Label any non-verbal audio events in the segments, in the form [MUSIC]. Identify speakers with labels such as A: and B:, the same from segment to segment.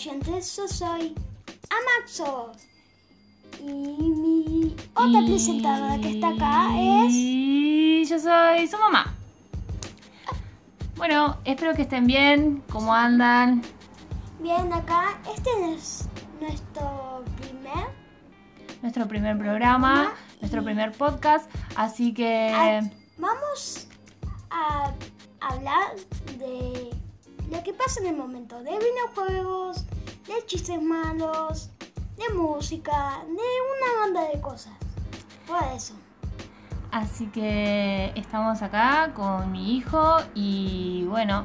A: yo soy Amaxo. Y mi otra
B: Y-
A: presentadora que está acá es.
B: Y yo soy su mamá. Bueno, espero que estén bien, cómo andan.
A: Bien, acá. Este es nuestro primer.
B: Nuestro primer programa, nuestro primer eh, podcast. Así que
A: Ah, Vamos a hablar de lo que pasa en el momento: de videojuegos, de chistes malos, de música, de una banda de cosas. Por eso.
B: Así que estamos acá con mi hijo y bueno,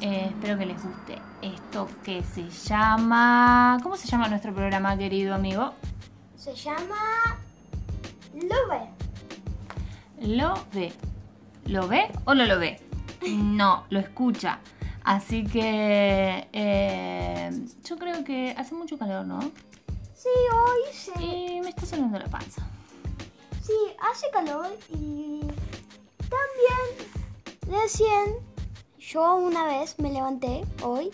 B: eh, espero que les guste esto que se llama... ¿Cómo se llama nuestro programa, querido amigo?
A: Se llama. Lube.
B: Lo ve. ¿Lo ve o no lo [LAUGHS] ve? No, lo escucha. Así que eh, yo creo que hace mucho calor, ¿no?
A: Sí, hoy se.
B: Y me está sonando la panza.
A: Sí, hace calor y también recién yo una vez me levanté hoy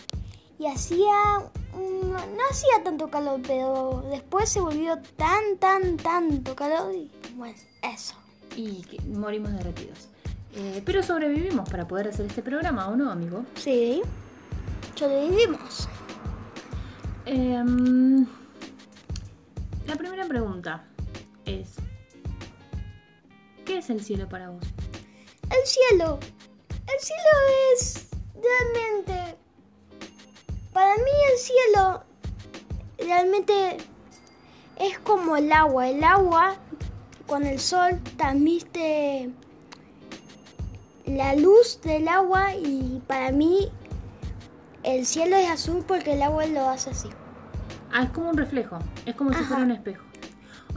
A: y hacía un- no hacía tanto calor, pero después se volvió tan tan tanto calor y bueno, eso.
B: Y que morimos derretidos. Eh, pero sobrevivimos para poder hacer este programa, ¿o no, amigo?
A: Sí. Sobrevivimos.
B: Em, la primera pregunta es, ¿qué es el cielo para vos?
A: El cielo. El cielo es realmente para mí el cielo realmente es como el agua. El agua con el sol transmite la luz del agua y para mí el cielo es azul porque el agua lo hace así.
B: Ah, es como un reflejo, es como si
A: Ajá.
B: fuera un espejo.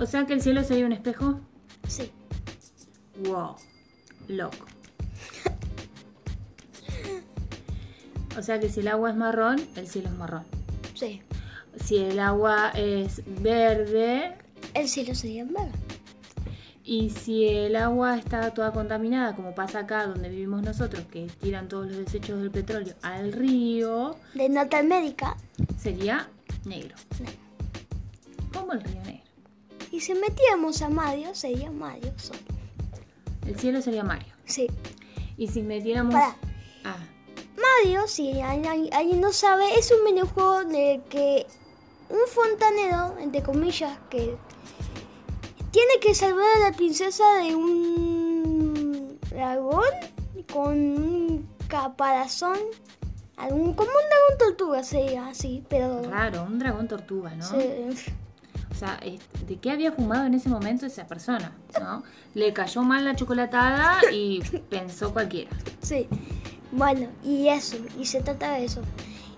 B: O sea que el cielo sería un espejo.
A: Sí.
B: Wow, loco. [LAUGHS] O sea que si el agua es marrón, el cielo es marrón.
A: Sí.
B: Si el agua es verde
A: El cielo sería en verde.
B: y si el agua está toda contaminada, como pasa acá donde vivimos nosotros, que tiran todos los desechos del petróleo al río,
A: De Norteamérica.
B: sería negro.
A: Negro.
B: Como el río negro.
A: Y si metíamos a Mario, sería Mario Sol.
B: El cielo sería Mario.
A: Sí.
B: Y si metiéramos...
A: Pará.
B: Ah,
A: Mario, si al- al- alguien no sabe, es un videojuego de que un fontanero, entre comillas, que tiene que salvar a la princesa de un dragón con un caparazón, algún, como un dragón tortuga sería así, pero...
B: raro, un dragón tortuga, ¿no?
A: Sí.
B: O sea, es- ¿de qué había fumado en ese momento esa persona? ¿no? Le cayó mal la chocolatada
A: [LAUGHS]
B: y pensó cualquiera.
A: [LAUGHS] Sí. Bueno, y eso, y se trata de eso.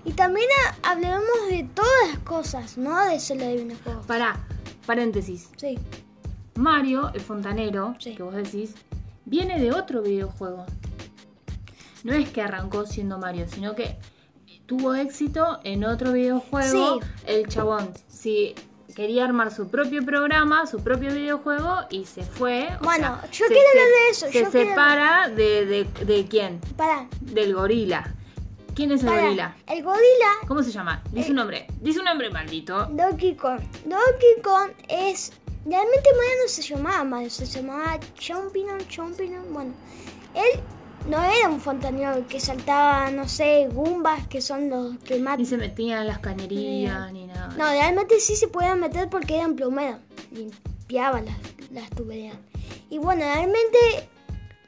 A: Y también ha- hablaremos de todas las cosas, ¿no? De solo de videojuegos.
B: Pará, paréntesis.
A: Sí,
B: Mario, el fontanero,
A: Sí.
B: que vos decís, viene de otro videojuego. No es que arrancó siendo Mario, sino que tuvo éxito en otro videojuego.
A: Sí.
B: El chabón, sí, quería armar su propio programa, su propio videojuego y se fue. o
A: Bueno,
B: sea,
A: yo quiero
B: se- se-
A: hablar de eso,
B: Se
A: yo quiero-
B: separa de, de, de quién?
A: para.
B: del gorila. ¿Quién es el
A: Pará, Eh,
B: gorila?
A: El gorila,
B: ¿Cómo se llama? Dice un nombre. Dice un nombre maldito.
A: Donkey Kong. Donkey Kong es. Realmente Mario no se llamaba Mario, se llamaba Champignon, Champignon. Bueno, él no era un fontanero que saltaba, no sé, gumbas que son los que
B: Ni
A: matan.
B: se metía en las cañerías ni nada.
A: Eh, No, realmente sí se podían meter porque eran plomeros. Limpiaban las, las tuberías. Y bueno, realmente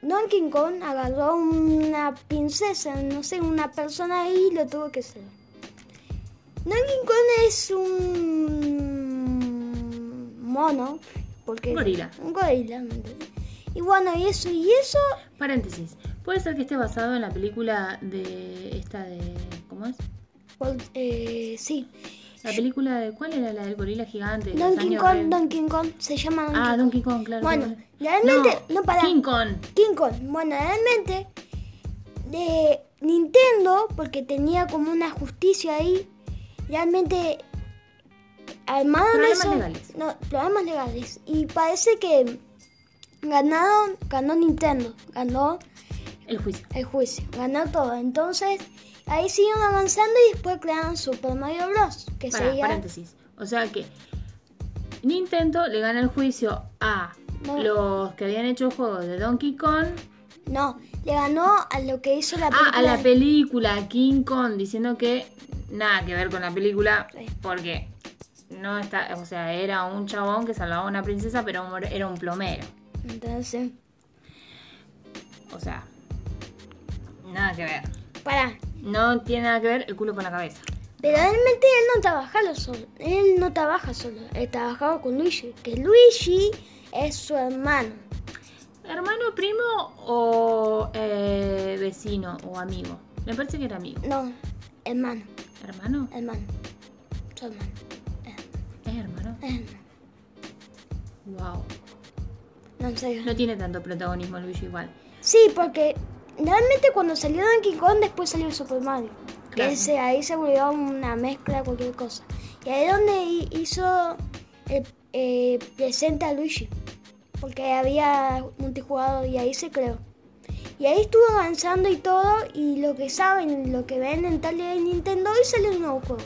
A: Donkey Kong agarró una princesa, no sé, una persona y lo tuvo que hacer. Donkey Kong es un mono. Porque
B: Un gorila.
A: Un gorila, ¿me entendés? Y bueno, y eso, y eso,
B: Paréntesis. Puede ser que esté basado en la película de esta de ¿cómo es?
A: por- eh, sí.
B: La película de ¿cuál era la del gorila gigante? de los
A: Donkey
B: años
A: Kong,
B: de-
A: Donkey Kong, se llama Donkey
B: Ah,
A: Kong.
B: Donkey Kong, claro.
A: Bueno,
B: Donkey Kong.
A: realmente, no, para.
B: King Kong.
A: King Kong. Bueno, realmente de Nintendo, porque tenía como una justicia ahí, realmente armaron
B: Problemas
A: eso-
B: legales.
A: No, problemas legales. Y parece que ganaron, ganó Nintendo, ganó
B: El juicio.
A: el juicio, ganó todo. Entonces, Ahí siguen avanzando y después crean Super Mario Bros. Que
B: Pará,
A: sería.
B: paréntesis. O sea que Nintendo le gana el juicio a
A: No.
B: los que habían hecho juegos de Donkey Kong,
A: No, le ganó a lo que hizo la película.
B: ah, a la
A: de-
B: película King Kong, diciendo que nada que ver con la película,
A: Sí.
B: porque no está, o sea, era un chabón que salvaba a una princesa, pero un- era un plomero.
A: Entonces,
B: O sea, nada que ver.
A: para.
B: No tiene nada que ver el culo con la cabeza.
A: Pero realmente él no trabajaba solo. Él no trabaja solo. Él trabajaba con Luigi. Que Luigi es su hermano.
B: ¿Hermano, primo o eh, vecino o amigo? Me parece que era amigo.
A: No, hermano.
B: ¿Hermano?
A: Hermano. Su hermano.
B: ¿Es hermano?
A: Es hermano.
B: Wow.
A: No en serio.
B: No tiene tanto protagonismo Luigi igual.
A: Sí, porque realmente cuando salió Donkey Kong después salió el Super Mario. Que
B: Claro.
A: ese- ahí se volvió una mezcla de cualquier cosa. Y ahí es donde hi- hizo el, eh, presente a Luigi. Porque había multijugador y ahí se creó. Y ahí estuvo avanzando y todo. Y lo que saben, lo que ven en tal de Nintendo, hoy sale un nuevo juego.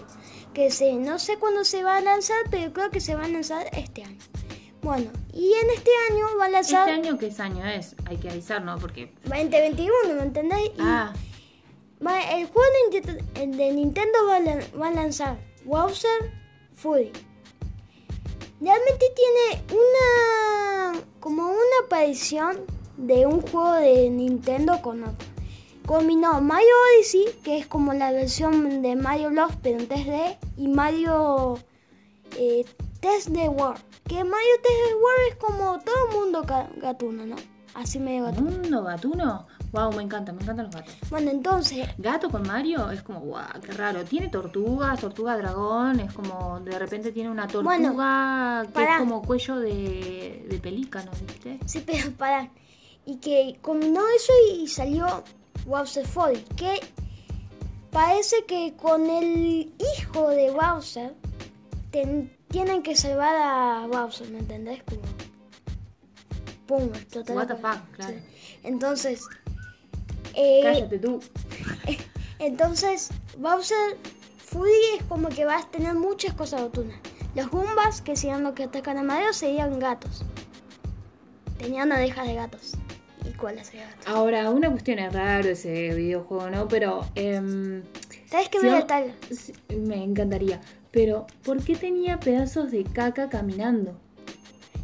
A: Que se, no sé cuándo se va a lanzar, pero creo que se va a lanzar este año. Bueno, y en este año va a
B: ¿Este
A: lanzar
B: año qué año es? Hay que avisar, ¿no? Porque...
A: 2021, ¿me entendés? Y
B: Ah,
A: va- el juego de Nintendo, el de Nintendo va, a lan- va a lanzar Bowser Fury. Realmente tiene una. como una aparición de un juego de Nintendo con otro. Combinó Mario Odyssey, que es como la versión de Mario Bros. pero en 3D, y Mario eh, 3D World. Que Mario 3D World es como todo el mundo ca- gatuno, ¿no? Así medio gatuno.
B: ¿mundo gatuno? Wow, me encanta, me encantan los gatos.
A: Bueno, entonces,
B: Gato con Mario es como, guau, qué raro. Tiene tortugas, tortuga dragón, es como, de repente tiene una tortuga
A: Bueno,
B: que
A: pará.
B: es como cuello de, de pelícano, ¿viste?
A: Sí, [LAUGHS] pero para. Y que combinó eso y, y salió Bowser Fury. Que parece que con el hijo de Bowser ten- tienen que salvar a Bowser, ¿me entendés? Como. Pum, explotó la
B: What the
A: cabeza.
B: fuck, claro.
A: Sí. Entonces. eh,
B: Cállate tú.
A: entonces, Bowser Fury es como que vas a tener muchas cosas rotunas. Los Goombas, que serían los que atacan a Mario, serían gatos. Tenían orejas de gatos y colas de gatos.
B: Ahora, una cuestión es raro ese videojuego, ¿no? Pero, em,
A: ¿Sabes qué
B: Sí,
A: voy a
B: o-
A: tal?
B: sí, me encantaría. Pero, ¿por qué tenía pedazos de caca caminando?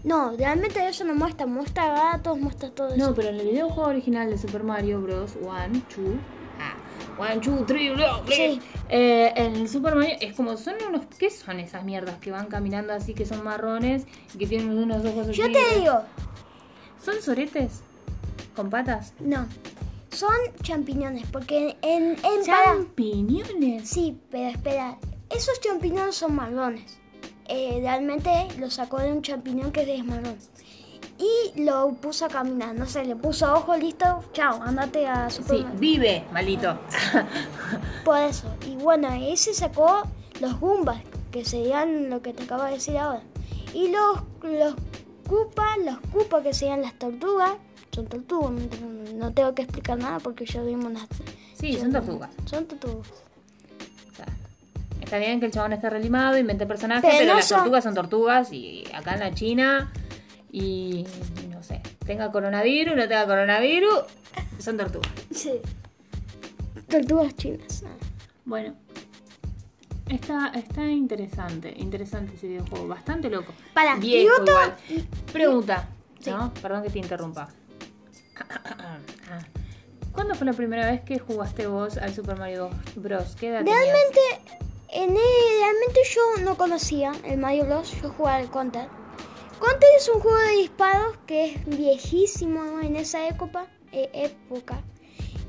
A: No, realmente eso no muestra. Muestra gatos, muestra todo eso.
B: No, pero en el videojuego original de Super Mario Bros. ah, 1, 2, 1, 2, 3,
A: Sí.
B: Eh, en el Super Mario es como son unos. ¿Qué son esas mierdas que van caminando así que son marrones y que tienen unos ojos así?
A: Yo te digo,
B: ¿Son soretes? ¿Con patas?
A: no. Son champiñones, porque en. en para-
B: ¡Champiñones!
A: Sí, pero espera, esos champiñones son marrones. Eh, realmente lo sacó de un champiñón que es marrón. Y lo puso a caminar, no sé, le puso ojo, listo, chao, andate a
B: Sí,
A: Superman.
B: vive, malito.
A: Por eso. Y bueno, ahí se sacó los Goombas, que serían lo que te acabo de decir ahora. Y los, los Koopa, los Koopa que serían las tortugas, son tortugas, no- no tengo que explicar nada porque yo vimos las...
B: Sí, son tortugas.
A: Son tortugas.
B: O sea, está bien que el chabón esté relimado, invente personajes,
A: Pero
B: pero,
A: no
B: las
A: son-
B: tortugas son tortugas y acá en la China y no sé, tenga coronavirus, no tenga coronavirus, son tortugas.
A: Sí. Tortugas chinas. ah.
B: Bueno, está, está interesante, interesante ese videojuego, bastante loco.
A: Para,
B: Viejo
A: y otro-
B: igual. Pregunta,
A: Sí.
B: ¿no? Perdón que te interrumpa. [COUGHS] Ah. ¿Cuándo fue la primera vez que jugaste vos al Super Mario Bros? ¿Qué edad tenías?
A: Realmente, en el- realmente yo no conocía el Mario Bros. Yo jugaba al Counter. Counter es un juego de disparos que es viejísimo en esa época. eh, época.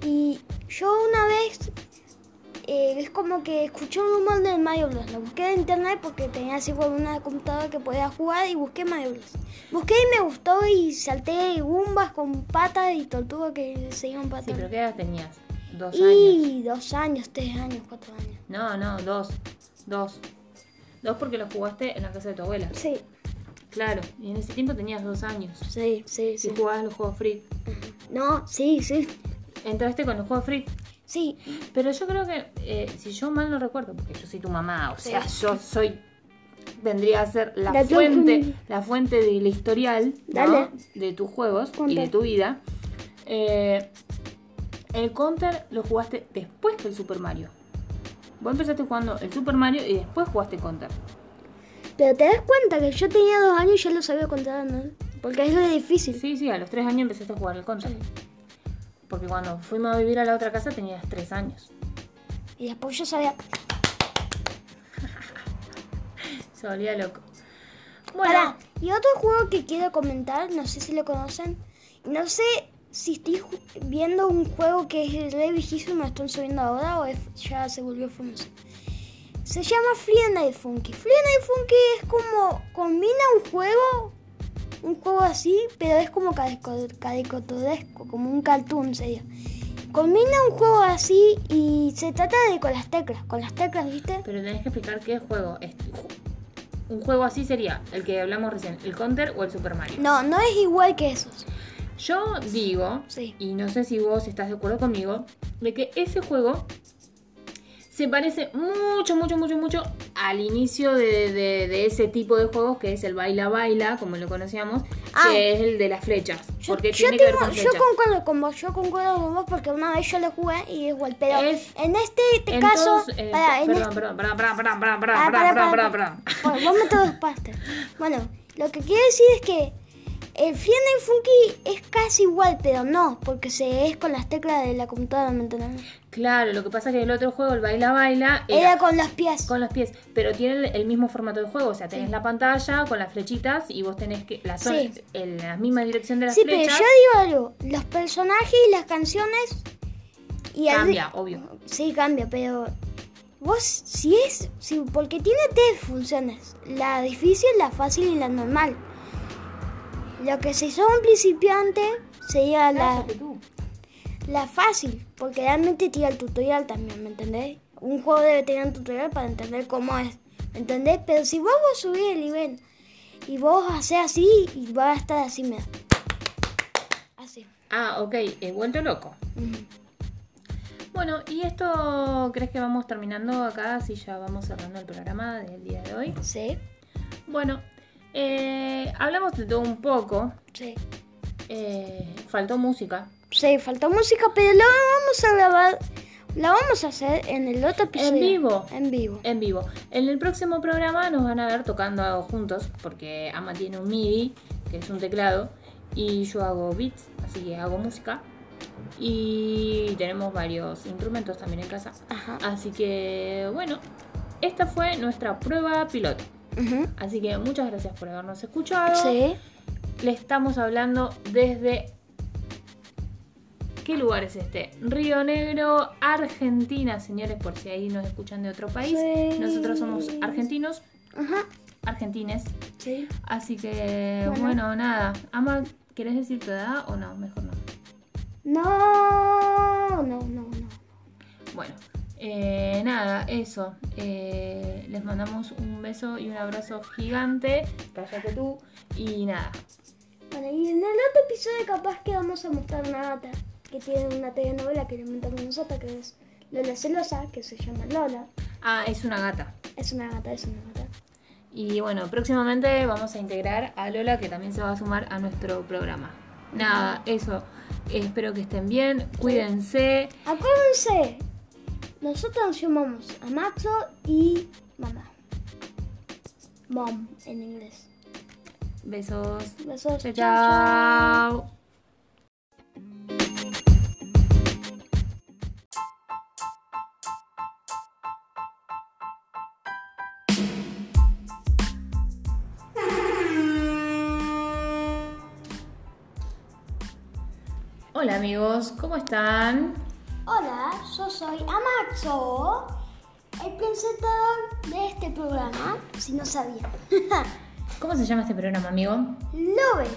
A: Y yo una vez eh, es como que escuché un rumor del Mario Bros. Lo busqué en internet porque tenía así como una computadora que podía jugar y busqué Mario Bros. Busqué y me gustó y salté gumbas con patas y tortugas que se iban
B: Sí,
A: patas.
B: pero ¿qué edad tenías? Dos años.
A: y dos años, tres años, cuatro años.
B: No, no, dos. Dos. Dos porque lo jugaste en la casa de tu abuela.
A: Sí,
B: Claro. Y en ese tiempo tenías dos años.
A: sí, sí,
B: Si
A: sí.
B: jugabas los juegos free.
A: No, sí, sí.
B: Entraste con los juegos free.
A: Sí,
B: Pero yo creo que, eh, si yo mal no recuerdo, porque yo soy tu mamá, o
A: Sí.
B: sea, yo soy, vendría a ser la,
A: La tu-
B: fuente, la fuente del historial ¿no?
A: Dale.
B: de tus juegos y
A: Counter.
B: de tu vida. Eh, el Counter lo jugaste después que el Super Mario. Vos empezaste jugando el Super Mario y después jugaste Counter.
A: pero te das cuenta que yo tenía dos años y ya lo sabía contar, ¿no? Porque es lo difícil.
B: Sí, sí, a los tres años empezaste a jugar el Counter. Porque cuando fuimos a vivir a la otra casa tenías tres años.
A: Y después yo sabía.
B: Se volvía loco.
A: Pará, y otro juego que quiero comentar, no sé si lo conocen. y No sé si estoy ju- viendo un juego que es re viejísimo y lo están subiendo ahora o es- ya se volvió famoso. Se llama Free Night Funky. Free Night Funky es como. combina un juego. Un juego así, pero es como carico- caricaturesco, como un cartoon sería. Combina un juego así y se trata de con las teclas. Con las teclas, ¿viste?
B: Pero tenés que explicar qué juego es. Un juego así sería el que hablamos recién, el Counter o el Super Mario.
A: No, no es igual que esos.
B: Yo digo,
A: Sí.
B: y no sé si vos estás de acuerdo conmigo, de que ese juego se parece mucho, mucho, mucho, mucho al inicio de, de- de ese tipo de juegos que es el baila baila, como lo conocíamos,
A: Ah.
B: que es el de las flechas.
A: Yo,
B: porque
A: yo
B: tiene que ver
A: tengo-
B: con
A: yo
B: flechas.
A: concuerdo con vos, yo concuerdo con vos porque una vez yo lo jugué y es igual, pero
B: Es-
A: en este te- caso,
B: Entonces, eh,
A: pará, en
B: perdón,
A: este- Ah,
B: perdón, perdón, perdón, perdón, perdón,
A: pará,
B: perdón,
A: pará,
B: perdón,
A: pará.
B: perdón.
A: Bueno, vos me todos pastas. Bueno, lo que quiero decir es que el Fiend and Funky es casi igual, pero no, porque se es con las teclas de la computadora, ¿me entendés?
B: Claro, lo que pasa es que el otro juego, el baila baila,
A: Era, con los pies.
B: Con los pies, pero tienen el mismo formato de juego, o sea, tenés la pantalla con las flechitas y vos tenés que la, zona-
A: Sí.
B: en la misma dirección de las
A: Sí, pero
B: flechas.
A: yo digo algo, los personajes y las canciones y el-
B: Cambia, obvio.
A: Sí, cambia, pero vos si es, si, porque tiene tres funciones, la difícil, la fácil y la normal. Lo que si sos un principiante sería la,
B: Cállate tú.
A: la fácil, porque realmente tiene el tutorial también, ¿me entendés? Un juego debe tener un tutorial para entender cómo es, ¿me entendés? Pero si vos vos subís el nivel y vos haces así y vas a estar así, mira. Así.
B: Ah, ok, he vuelto loco.
A: Ujú.
B: Bueno, ¿y esto crees que vamos terminando acá si ya vamos cerrando el programa del día de hoy?
A: Sí,
B: Bueno, eh, hablamos de todo un poco.
A: sí.
B: eh, faltó música.
A: Sí, falta música, pero la vamos a grabar. La vamos a hacer en el otro episodio.
B: vivo. Eh,
A: En vivo.
B: en vivo. En el próximo programa nos van a ver tocando juntos, porque Ama tiene un MIDI, que es un teclado, y yo hago beats, así que hago música. Y tenemos varios instrumentos también en casa.
A: Ajá.
B: Así que, bueno, esta fue nuestra prueba piloto.
A: Ujú.
B: Así que muchas gracias por habernos escuchado.
A: Sí.
B: Le estamos hablando desde... ¿Qué lugar es este? Río Negro, Argentina, señores, por si ahí nos escuchan de otro país.
A: Sí.
B: Nosotros somos argentinos,
A: Ajá.
B: argentines.
A: Sí.
B: Así que, bueno,
A: Bueno.
B: nada. Ama, ¿querés decir tu edad o no? Mejor no.
A: No, no, no, no.
B: Bueno, eh, nada, eso. Eh, les mandamos un beso y un abrazo gigante. Cállate tú. Y nada.
A: Bueno, y en el otro episodio capaz que vamos a mostrar una gata que tiene una telenovela que le montamos nosotros, que es Lola Celosa, que se llama Lola.
B: Ah, es una gata.
A: Es una gata, es una gata.
B: Y bueno, próximamente vamos a integrar a Lola que también se va a sumar a nuestro programa. Nada, eso. Espero que estén bien, cuídense.
A: Acuérdense, nosotros nos llamamos a Maxo y mamá. Mom en inglés.
B: Besos.
A: Besos.
B: Chao, chao. Hola amigos, ¿cómo están?
A: Hola, yo soy Amaxo, el presentador de este programa, si no sabía.
B: ¿Cómo se llama este programa, amigo?
A: Lobe,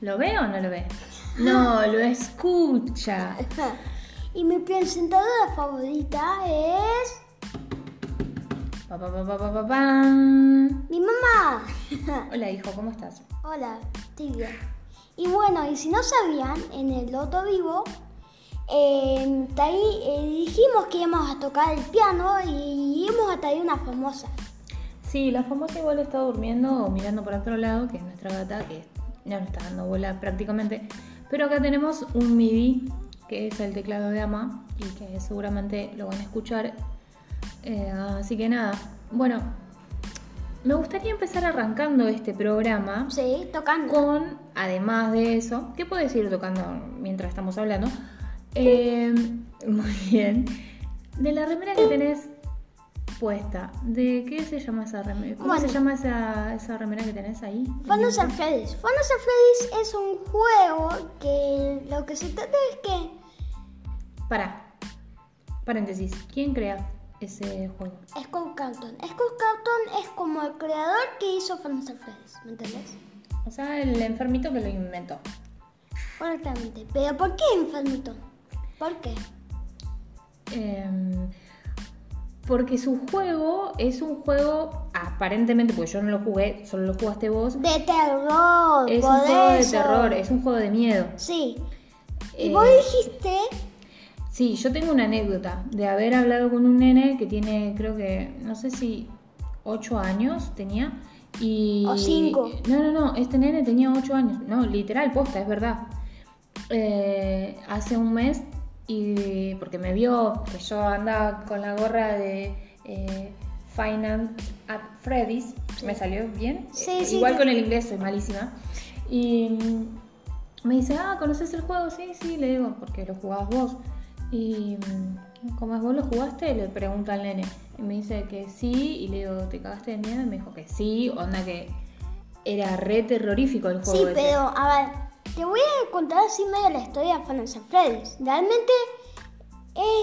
B: ¿Lo ve o no lo ve? No, lo escucha.
A: [LAUGHS] y mi presentadora favorita es
B: Pa, pa, pa, pa, pa, pa, pam.
A: mi mamá. [LAUGHS]
B: Hola hijo, ¿cómo estás?
A: Hola, estoy bien. Y bueno, y si no sabían, en el Loto Vivo eh, traí- eh, dijimos que íbamos a tocar el piano y íbamos a traer una famosa.
B: Sí, la famosa igual está durmiendo o mirando por otro lado, que es nuestra gata, que ya no está dando bola prácticamente. Pero acá tenemos un MIDI, que es el teclado de Ama, y que seguramente lo van a escuchar. Eh, así que nada, bueno, me gustaría empezar arrancando este programa
A: Sí, tocando.
B: con, además de eso, ¿qué puedes ir tocando mientras estamos hablando? Eh, [LAUGHS] muy bien. De la remera que tenés puesta, ¿de qué se llama esa remera? ¿Cómo
A: Bueno.
B: se llama esa, esa remera que tenés ahí?
A: Fondos and Freddy's. Fondos and Freddy's es un juego que lo que se trata es que
B: Para, paréntesis, ¿quién crea ese juego?
A: Scott Carlton. Scott Carlton es como el creador que hizo Fondos and Freddy's, ¿me entendés?
B: O sea, el enfermito que lo inventó.
A: Correctamente. Pero ¿por qué enfermito? ¿Por qué?
B: Eh, porque su juego es un juego, aparentemente, porque yo no lo jugué, solo lo jugaste vos,
A: De terror.
B: Es
A: por
B: un juego de
A: eso.
B: terror, es un juego de miedo.
A: Sí. Y
B: Eh,
A: vos dijiste,
B: Sí, yo tengo una anécdota de haber hablado con un nene que tiene, creo que, no sé si 8 años tenía. Y...
A: O cinco.
B: No, no, no, este nene tenía 8 años. No, literal, posta, es verdad. Eh, hace un mes, y porque me vio que yo andaba con la gorra de eh, Finance at Freddy's. ¿Me salió bien?
A: Sí,
B: Eh,
A: sí,
B: Igual
A: te-
B: con el inglés soy malísima. Y mm, me dice, ah, ¿conoces el juego? Sí, sí, le digo, porque lo jugabas vos. Y mm, como es vos lo jugaste, le pregunto al nene. Y me dice que sí, y le digo, ¿te cagaste de miedo? Y me dijo que sí, onda que era re terrorífico el juego.
A: sí,
B: ese.
A: pero a ver, te voy a contar así medio la historia de Final Fantasy Freddy's. Realmente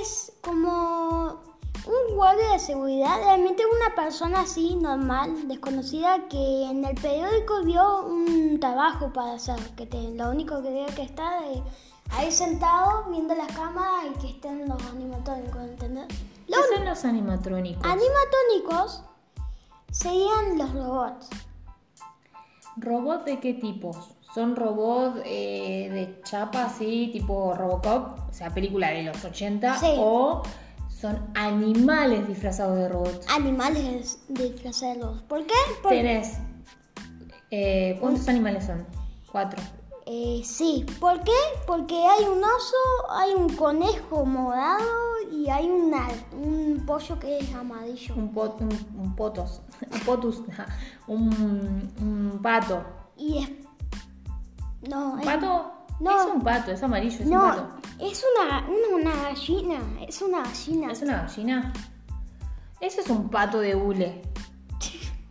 A: es como un guardia de seguridad, realmente una persona así normal, desconocida, que en el periódico vio un trabajo para hacer, que te- lo único que veo que está de- ahí sentado viendo las cámaras y que estén los animatónicos, ¿entendés?
B: ¿Qué son los animatrónicos?
A: Animatónicos serían los robots.
B: ¿Robots de qué tipos? ¿Son robots eh, de chapa así, tipo Robocop? O sea, película de los 80.
A: Sí.
B: ¿O son animales disfrazados de robots?
A: Animales disfrazados. ¿Por qué? Porque,
B: Tenés. eh, ¿Cuántos animales son? Cuatro.
A: eh, sí. ¿Por qué? Porque hay un oso, hay un conejo morado y hay una- un pollo que es amarillo.
B: Un, pot- un, un potos. [LAUGHS] Un potus. Un, un pato.
A: Y es... No,
B: ¿Un
A: es,
B: pato?
A: No.
B: Es un pato, es amarillo, es un
A: no,
B: pato.
A: es una, una, una gallina. Es una gallina.
B: ¿Es una gallina? Ese es un pato
A: [LAUGHS]
B: de hule.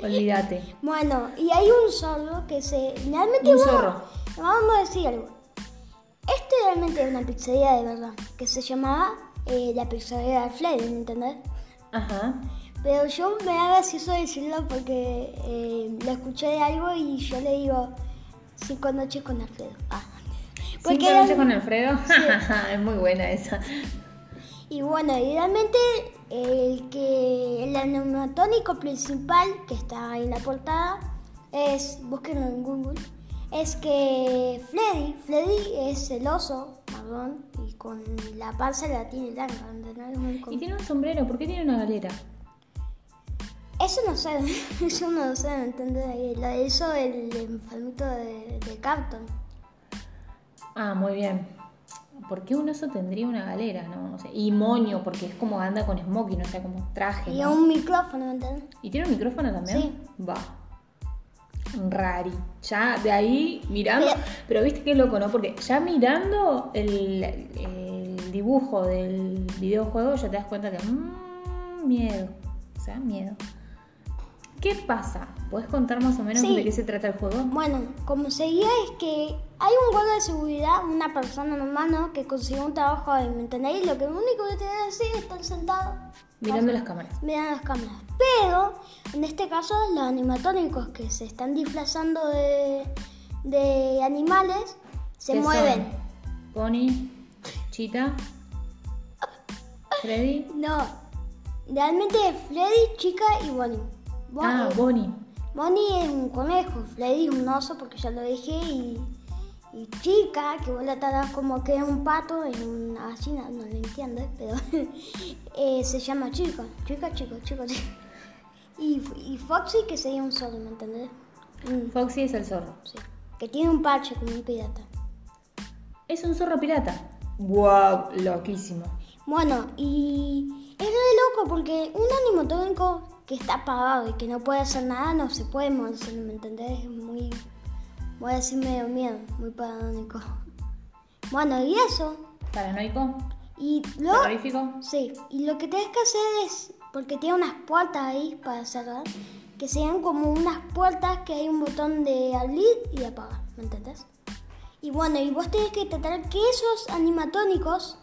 B: Olvídate.
A: Bueno, y hay un zorro que se... Realmente
B: Un
A: vos-
B: zorro.
A: Vamos a decir algo. Esto realmente es una pizzería de verdad, que se llamaba eh, la pizzería de Freddy, ¿me entendés?
B: Ajá.
A: Pero yo me da gracioso decirlo porque eh, lo escuché de algo y yo le digo cinco noches con Alfredo. Ah. Porque
B: Cinco
A: era-
B: noches con Alfredo. [LAUGHS] es muy buena esa.
A: Y bueno, y realmente el que el animatónico principal que está ahí en la portada es, búsquenlo en Google, es que Freddy, Freddy es el oso marrón y con la panza la tiene larga, ¿entendés? Muy
B: Y
A: con-
B: tiene un sombrero. ¿Por qué tiene una galera?
A: Eso no sé, [LAUGHS] eso no lo sé, ¿entendés? Y Lo hizo el enfermito de, de Carlton.
B: Ah, muy bien. ¿Por qué un oso tendría una galera? No, O sea, y moño, porque es como anda con smoking, o sea, como traje.
A: Y
B: ¿no?
A: un micrófono, ¿entendés?
B: ¿Y tiene un micrófono también?
A: Sí.
B: Va. Rari. Ya de ahí mirando.
A: Pero-
B: Pero, viste que es loco, ¿no? Porque ya mirando el, el dibujo del videojuego ya te das cuenta que. Mmm, miedo. O sea, miedo. ¿Qué pasa? ¿Puedes contar más o menos
A: Sí.
B: de qué se trata el juego?
A: Bueno, como seguía es que hay un guardia de seguridad, una persona normal, ¿no? Que consiguió un trabajo ahí, ¿me entendéis? Lo que único que tiene que hacer es estar sentado,
B: Mirando las cámaras.
A: mirando las cámaras. Pero, en este caso, los animatónicos que se están disfrazando de, de animales se
B: ¿Qué son?
A: mueven.
B: Pony, Chita, Freddy.
A: No, realmente Freddy, Chica y Bonnie. Bonnie,
B: Ah, Bonnie.
A: Bonnie es un conejo, Freddy es un oso, porque ya lo dije, y, y chica, que vos la tratás como que es un pato en una gallina, no lo entiendes, pero [LAUGHS] eh, se llama chica, chica, chico, chico, chico. Y, y Foxy, que sería un zorro, ¿me entendés? Un-
B: Foxy es el zorro.
A: sí. Que tiene un parche como un pirata.
B: Es un zorro pirata. ¡Wow! Loquísimo.
A: Bueno, y es re loco porque un animatrónico que está apagado y que no puede hacer nada no se puede mover, ¿me entendés? Es muy, voy a decir medio miedo, muy paranoico. Bueno, y eso.
B: Paranoico.
A: Y
B: ¿Ah?
A: luego,
B: Terrorífico.
A: sí, y lo que tenés que hacer es, porque tiene unas puertas ahí para cerrar, que sean como unas puertas que hay un botón de abrir y de apagar, ¿me entendés? Y bueno, y vos tenés que tratar que esos animatónicos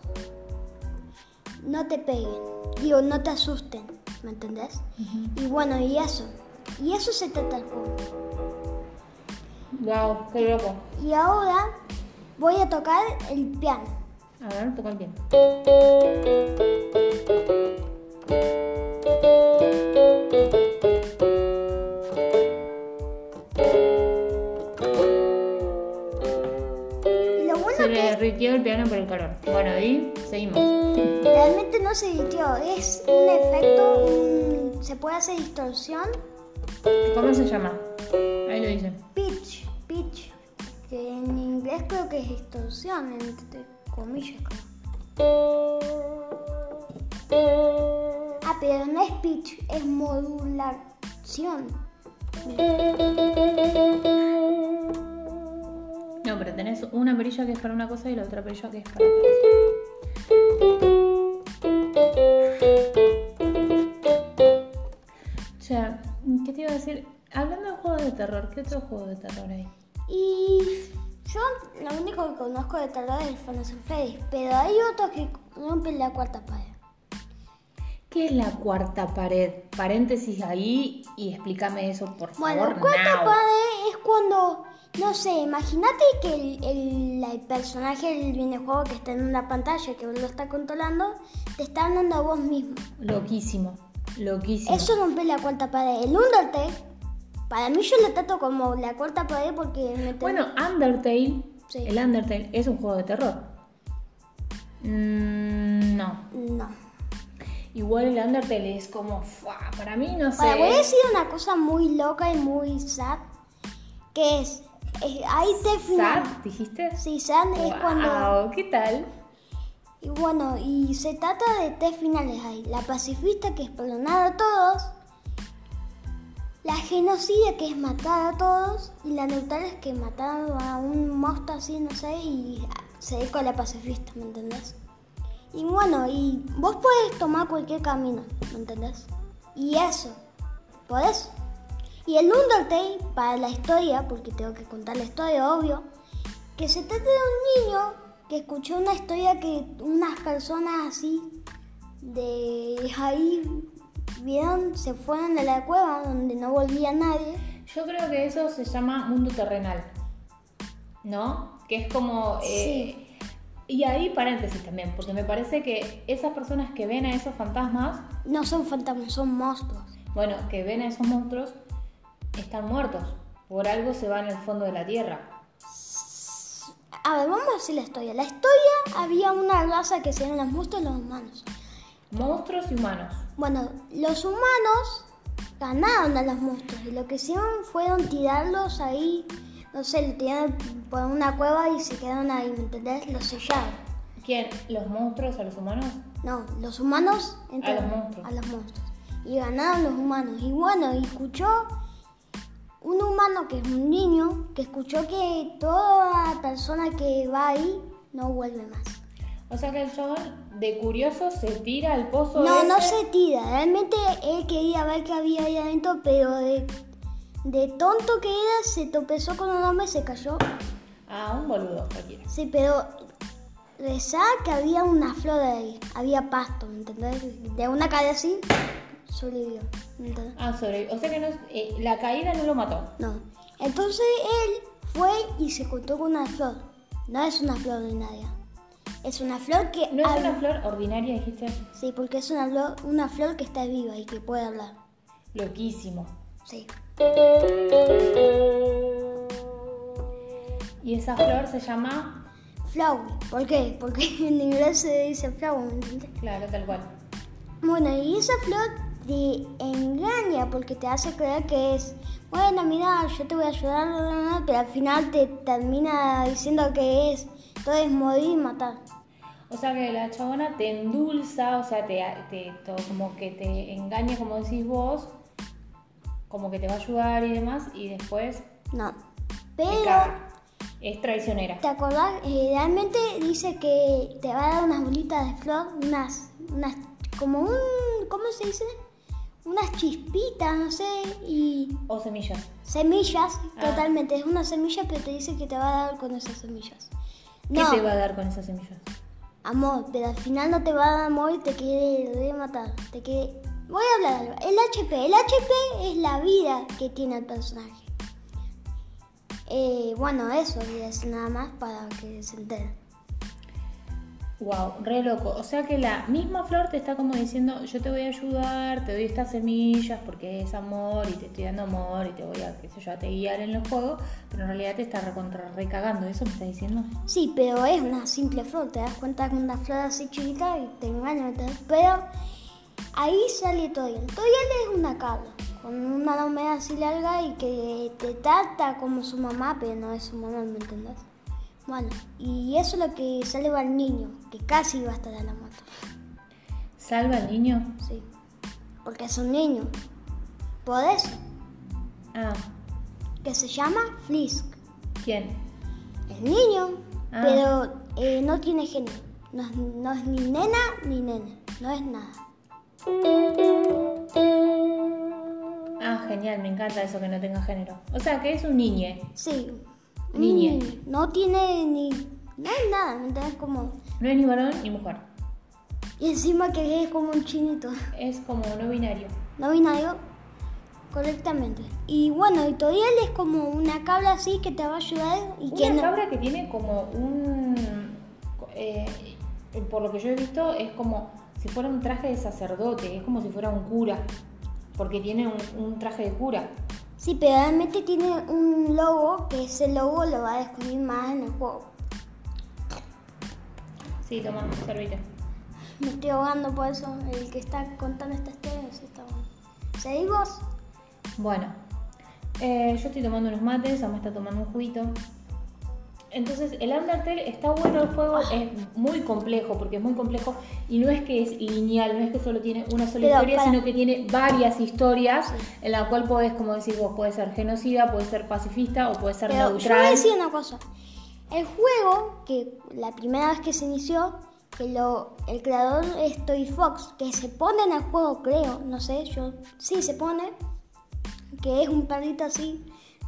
A: no te peguen, digo, no te asusten, ¿me entendés? Y bueno, y eso, y eso se trata el juego.
B: ¡Wow! ¡Qué loco!
A: Y ahora voy a tocar el piano.
B: A ver, toca el piano.
A: Y lo bueno
B: Se
A: que
B: le derritió el piano por el calor. Bueno, y seguimos.
A: Realmente no se editió, es un efecto, un- se puede hacer distorsión,
B: ¿Cómo se llama? Ahí lo dice.
A: pitch, pitch, que en inglés creo que es distorsión, entre comillas. creo. Ah, pero no es pitch, es modulación.
B: No, pero tenés una perilla que es para una cosa y la otra perilla que es para otra cosa. Che, ¿qué te iba a decir? Hablando de juegos de terror, ¿qué otro juego de terror hay?
A: Y yo lo único que conozco de terror es el Fantasy Freddy, pero hay otros que rompen la cuarta pared.
B: ¿Qué es la cuarta pared? Paréntesis ahí y explícame eso, por
A: Bueno,
B: favor.
A: cuarta
B: now.
A: pared es cuando, no sé, imagínate que el, el- el personaje del videojuego que está en una pantalla que vos lo está controlando, te está hablando a vos mismo.
B: Loquísimo, loquísimo.
A: Eso rompe la cuarta pared. El Undertale, para mí yo lo trato como la cuarta pared porque me
B: Bueno, Undertale,
A: Sí.
B: el Undertale es un juego de terror. Mm, no.
A: No.
B: Igual el Undertale es como, ¡fua! para mí no sé.
A: Bueno, voy a decir una cosa muy loca y muy sad, que es, es- ahí te
B: ¿Sad?
A: final.
B: ¿Dijiste?
A: Sí, sad es cuando...
B: Wow, ¿Qué tal?
A: Y bueno, y se trata de tres finales hay. La pacifista que es perdonar a todos, la genocida que es matar a todos y la neutral es que mataron a un monstruo así, no sé, y se dedica a la pacifista, ¿me entendés? Y bueno, y vos podés tomar cualquier camino, ¿me entendés? Y eso, ¿podés? Y el Undertale, para la historia, porque tengo que contar la historia, obvio, que se trata de un niño que escuchó una historia que unas personas así de ahí vieron, se fueron de la cueva donde no volvía nadie.
B: Yo creo que eso se llama mundo terrenal. ¿No? Que es como. eh, Y ahí paréntesis también, porque me parece que esas personas que ven a esos fantasmas,
A: No son fantasmas, son monstruos.
B: bueno, que ven a esos monstruos, están muertos. Por algo se van al fondo de la tierra.
A: A ver, vamos a decir la historia. La historia había una raza que se eran los monstruos y los humanos.
B: Monstruos y humanos.
A: Bueno, los humanos ganaron a los monstruos y lo que hicieron fueron tirarlos ahí, no sé, lo tiraron por una cueva y se quedaron ahí, ¿me entendés? Los sellaron.
B: ¿Quién? ¿Los monstruos a los humanos?
A: No, los humanos entraron
B: los monstruos.
A: a los monstruos. Y ganaron los humanos. Y bueno, y escuchó un humano que es un niño, que escuchó que toda persona que va ahí no vuelve más.
B: O sea que el chabón de curioso se tira al pozo. este
A: No,
B: ese.
A: no se tira. Realmente él quería ver qué había ahí adentro, pero de, de tonto que era, se tropezó con un hombre y se cayó.
B: Ah, un boludo cualquiera.
A: Sí, pero rezaba que había una flor ahí. Había pasto, ¿me entendés? De una calle así, sobrevivió. ¿me entendés?
B: Ah, sobre. O sea que no, eh, la caída no lo mató.
A: No. Entonces él fue y se encontró con una flor. No es una flor ordinaria. Es una flor que
B: No es
A: habla.
B: una flor ordinaria, dijiste.
A: Sí, porque es una flor, una flor que está viva y que puede hablar.
B: Loquísimo.
A: Sí.
B: Y Y esa flor se llama,
A: Flower. ¿Por qué? Porque [LAUGHS] en inglés se dice flower, ¿me entiendes?
B: claro, tal cual.
A: Bueno, y esa flor te engaña porque te hace creer que es, bueno, mira, yo te voy a ayudar, bla, bla, bla", pero al final te termina diciendo que es, todo es morir y matar.
B: O sea que la chabona te endulza, o sea, te, te- todo, como que te engaña, como decís vos, como que te va a ayudar y demás, y después
A: No.
B: te
A: Pero,
B: caga. Es traicionera.
A: ¿te acordás? Eh, realmente dice que te va a dar unas bolitas de flor, unas, unas, como un, ¿cómo se dice? Unas chispitas, no sé, y
B: O semillas.
A: semillas,
B: Ah.
A: totalmente. Es una semilla, pero te dice que te va a dar con esas semillas.
B: ¿Qué te va a dar con esas semillas?
A: Amor, pero al final no te va a dar amor y te quiere rematar. Te quiere... Voy a hablar algo. El HP. El HP es la vida que tiene el personaje. Eh, bueno, eso voy a decir nada más para que se enteren.
B: Wow, re loco. O sea que la misma flor te está como diciendo, yo te voy a ayudar, te doy estas semillas porque es amor y te estoy dando amor y te voy a, qué sé yo, a te guiar en los juegos, pero en realidad te está recontra recagando. ¿Eso me está diciendo?
A: Sí, pero es una simple flor. Te das cuenta que es una flor así chiquita y te engaña. ¿me entendés? Pero ahí sale Toyel. Toyel es una cabra con una lomera así larga y que te trata como su mamá, pero no es su mamá, ¿me entendés? Bueno, y eso es lo que salva al niño, que casi iba a estar a la moto.
B: ¿Salva al niño?
A: Sí. Porque es un niño. Por eso,
B: Ah,
A: que se llama Flisk.
B: ¿quién?
A: Es niño,
B: Ah.
A: pero eh, no tiene género. No es, no es ni nena ni nene. No es nada.
B: Ah, genial, me encanta eso que no tenga género. O sea que es un niñe.
A: Sí. un
B: Niña.
A: niño. No tiene ni. No es nada, ¿me entendés? Como.
B: No es ni varón ni mujer.
A: Y encima que es como un chinito.
B: Es como no binario.
A: No vi nadie correctamente. Y bueno, y todavía él es como una cabra así que te va a ayudar y que
B: Una
A: no-
B: cabra que tiene como un. eh, por lo que yo he visto, es como si fuera un traje de sacerdote, es como si fuera un cura. Porque tiene un, un traje de cura.
A: Sí, pero realmente tiene un logo que ese logo lo va a descubrir más en el juego.
B: Sí, toma, servite.
A: Me estoy ahogando por eso. El que está contando esta historia se está ahogando. ¿Seguís vos?
B: Bueno, eh, yo estoy tomando unos mates, Ama está tomando un juguito. Entonces, el Undertale está bueno el juego,
A: Ah.
B: es muy complejo, porque es muy complejo y no es que es lineal, no es que solo tiene una sola
A: Pero,
B: historia,
A: para.
B: sino que tiene varias historias en la cual podés, como decís vos, podés ser genocida, podés ser pacifista o podés ser
A: Pero yo voy a
B: neutral.
A: decir una cosa. El juego, que la primera vez que se inició, que lo, el creador es Toy Fox, que se pone en el juego, creo, no sé, yo sí se pone, que es un perrito así,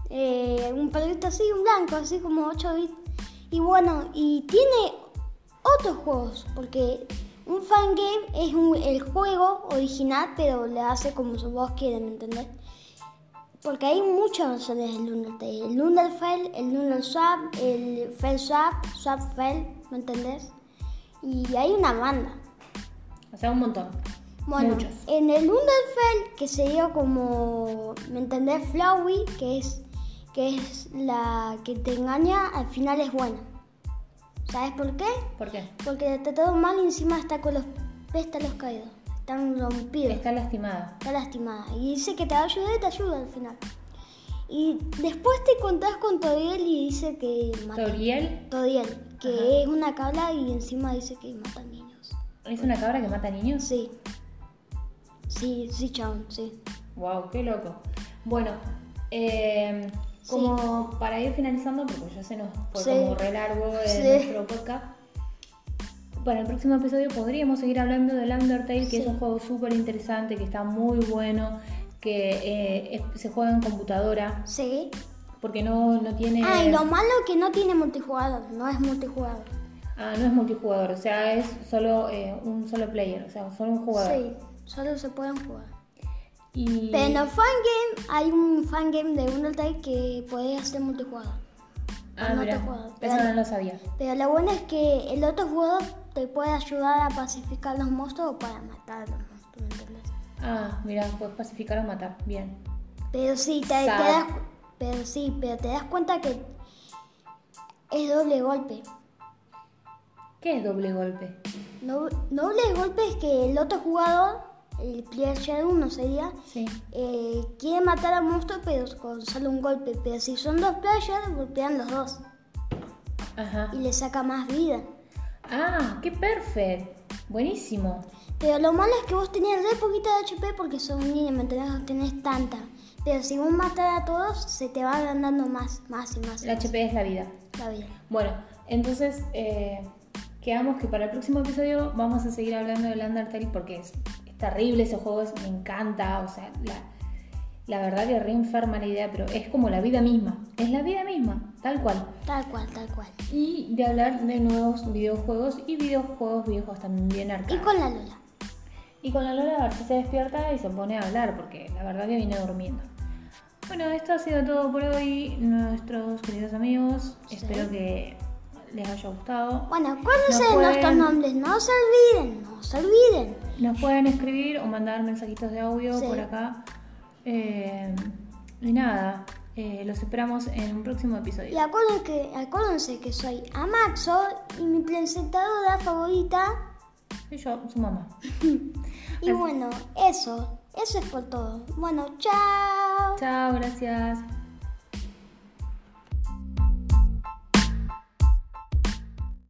A: eh, un perrito así, un blanco, así como 8 bits. Y bueno, y tiene otros juegos, porque un fangame es un- el juego original, pero le hace como su voz quiere, ¿me entendés? Porque hay muchas versiones del Undertale. El Underfell, el Underswap, el Fellswap, Swapfell, ¿me entendés? Y hay una banda.
B: O sea, un montón.
A: Bueno,
B: Muchos.
A: en el Underfell, que sería como, ¿me entendés? Flowey, que es, que es la que te engaña, al final es buena. ¿Sabes por qué?
B: ¿Por qué?
A: Porque la trataron mal y encima está con los pétalos caídos. Están rompidos
B: Está lastimada.
A: está lastimada. Y dice que te va a ayudar y te ayuda al final. Y después te contás con Todiel y dice que mata
B: Toriel
A: Todiel, que
B: Ajá.
A: es una cabra y encima dice que mata niños.
B: es una cabra que mata niños.
A: Sí. Sí, sí, chabón, sí.
B: Wow, qué loco. Bueno, eh, como para ir finalizando, porque ya se nos fue
A: Sí.
B: como re largo en
A: Sí.
B: nuestro podcast. Para el próximo episodio podríamos seguir hablando del Undertale, que
A: Sí.
B: es un juego súper interesante, que está muy bueno, que eh, es- se juega en computadora,
A: Sí.
B: porque no, no tiene...
A: Ah, y lo malo que no tiene multijugador, no es multijugador.
B: Ah, no es multijugador, o sea, es solo eh, un solo player, o sea, solo un jugador.
A: Sí, solo se pueden jugar.
B: Y...
A: Pero en el fangame hay un fangame de Undertale que puede hacer multijugador.
B: ah,
A: no te
B: mira,
A: juego,
B: eso
A: pero-
B: no lo sabía.
A: Pero lo bueno es que el otro jugador te puede ayudar a pacificar los monstruos o para matar a los monstruos, ¿me entendés?
B: Ah, mira, puedes pacificar o matar, bien.
A: Pero sí, te, te
B: Sad.
A: das, pero sí, pero te das cuenta que es doble golpe.
B: ¿Qué es doble golpe?
A: No- doble golpe es que el otro jugador, el player 1 sería,
B: Sí.
A: eh, quiere matar al monstruo pero con solo un golpe. Pero si son dos players, golpean los dos
B: Ajá.
A: y le saca más vida.
B: Ah, qué perfect. Buenísimo.
A: Pero lo malo es que vos tenías re poquita de HP porque sos un niño, ¿me entendés? No tenés tanta. Pero si vos matas a todos, se te va agrandando más, más y más.
B: El HP es la vida.
A: La vida.
B: Bueno, entonces eh, quedamos que para el próximo episodio vamos a seguir hablando del Undertale porque es, es terrible ese juego, es- me encanta, o sea, la, la verdad que re enferma la idea, pero es como la vida misma, es la vida misma, tal cual.
A: Tal cual, tal cual.
B: Y de hablar de nuevos videojuegos y videojuegos viejos también bien
A: Y
B: arcade.
A: con la Lola.
B: Y con la Lola a ver si se despierta y se pone a hablar, porque la verdad que vino durmiendo. Bueno, esto ha sido todo por hoy, nuestros queridos amigos.
A: Sí.
B: Espero que les haya gustado.
A: Bueno, acuérdense
B: No
A: de
B: pueden-
A: nuestros nombres, no se olviden, no se olviden.
B: Nos pueden escribir o mandar mensajitos de audio
A: Sí.
B: por acá. Eh, y nada, eh, los esperamos en un próximo
A: Y
B: episodio.
A: acuérdense que, acuérdense que soy Amaxo y mi presentadora favorita.
B: Soy yo, su mamá.
A: Y bueno, eso, eso es por todo. Bueno, chao.
B: Chao, gracias.